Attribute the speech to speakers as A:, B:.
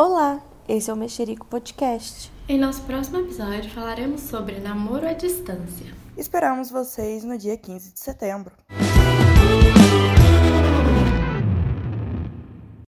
A: Olá, esse é o Mexerico Podcast.
B: Em nosso próximo episódio falaremos sobre namoro à distância.
C: Esperamos vocês no dia 15 de setembro.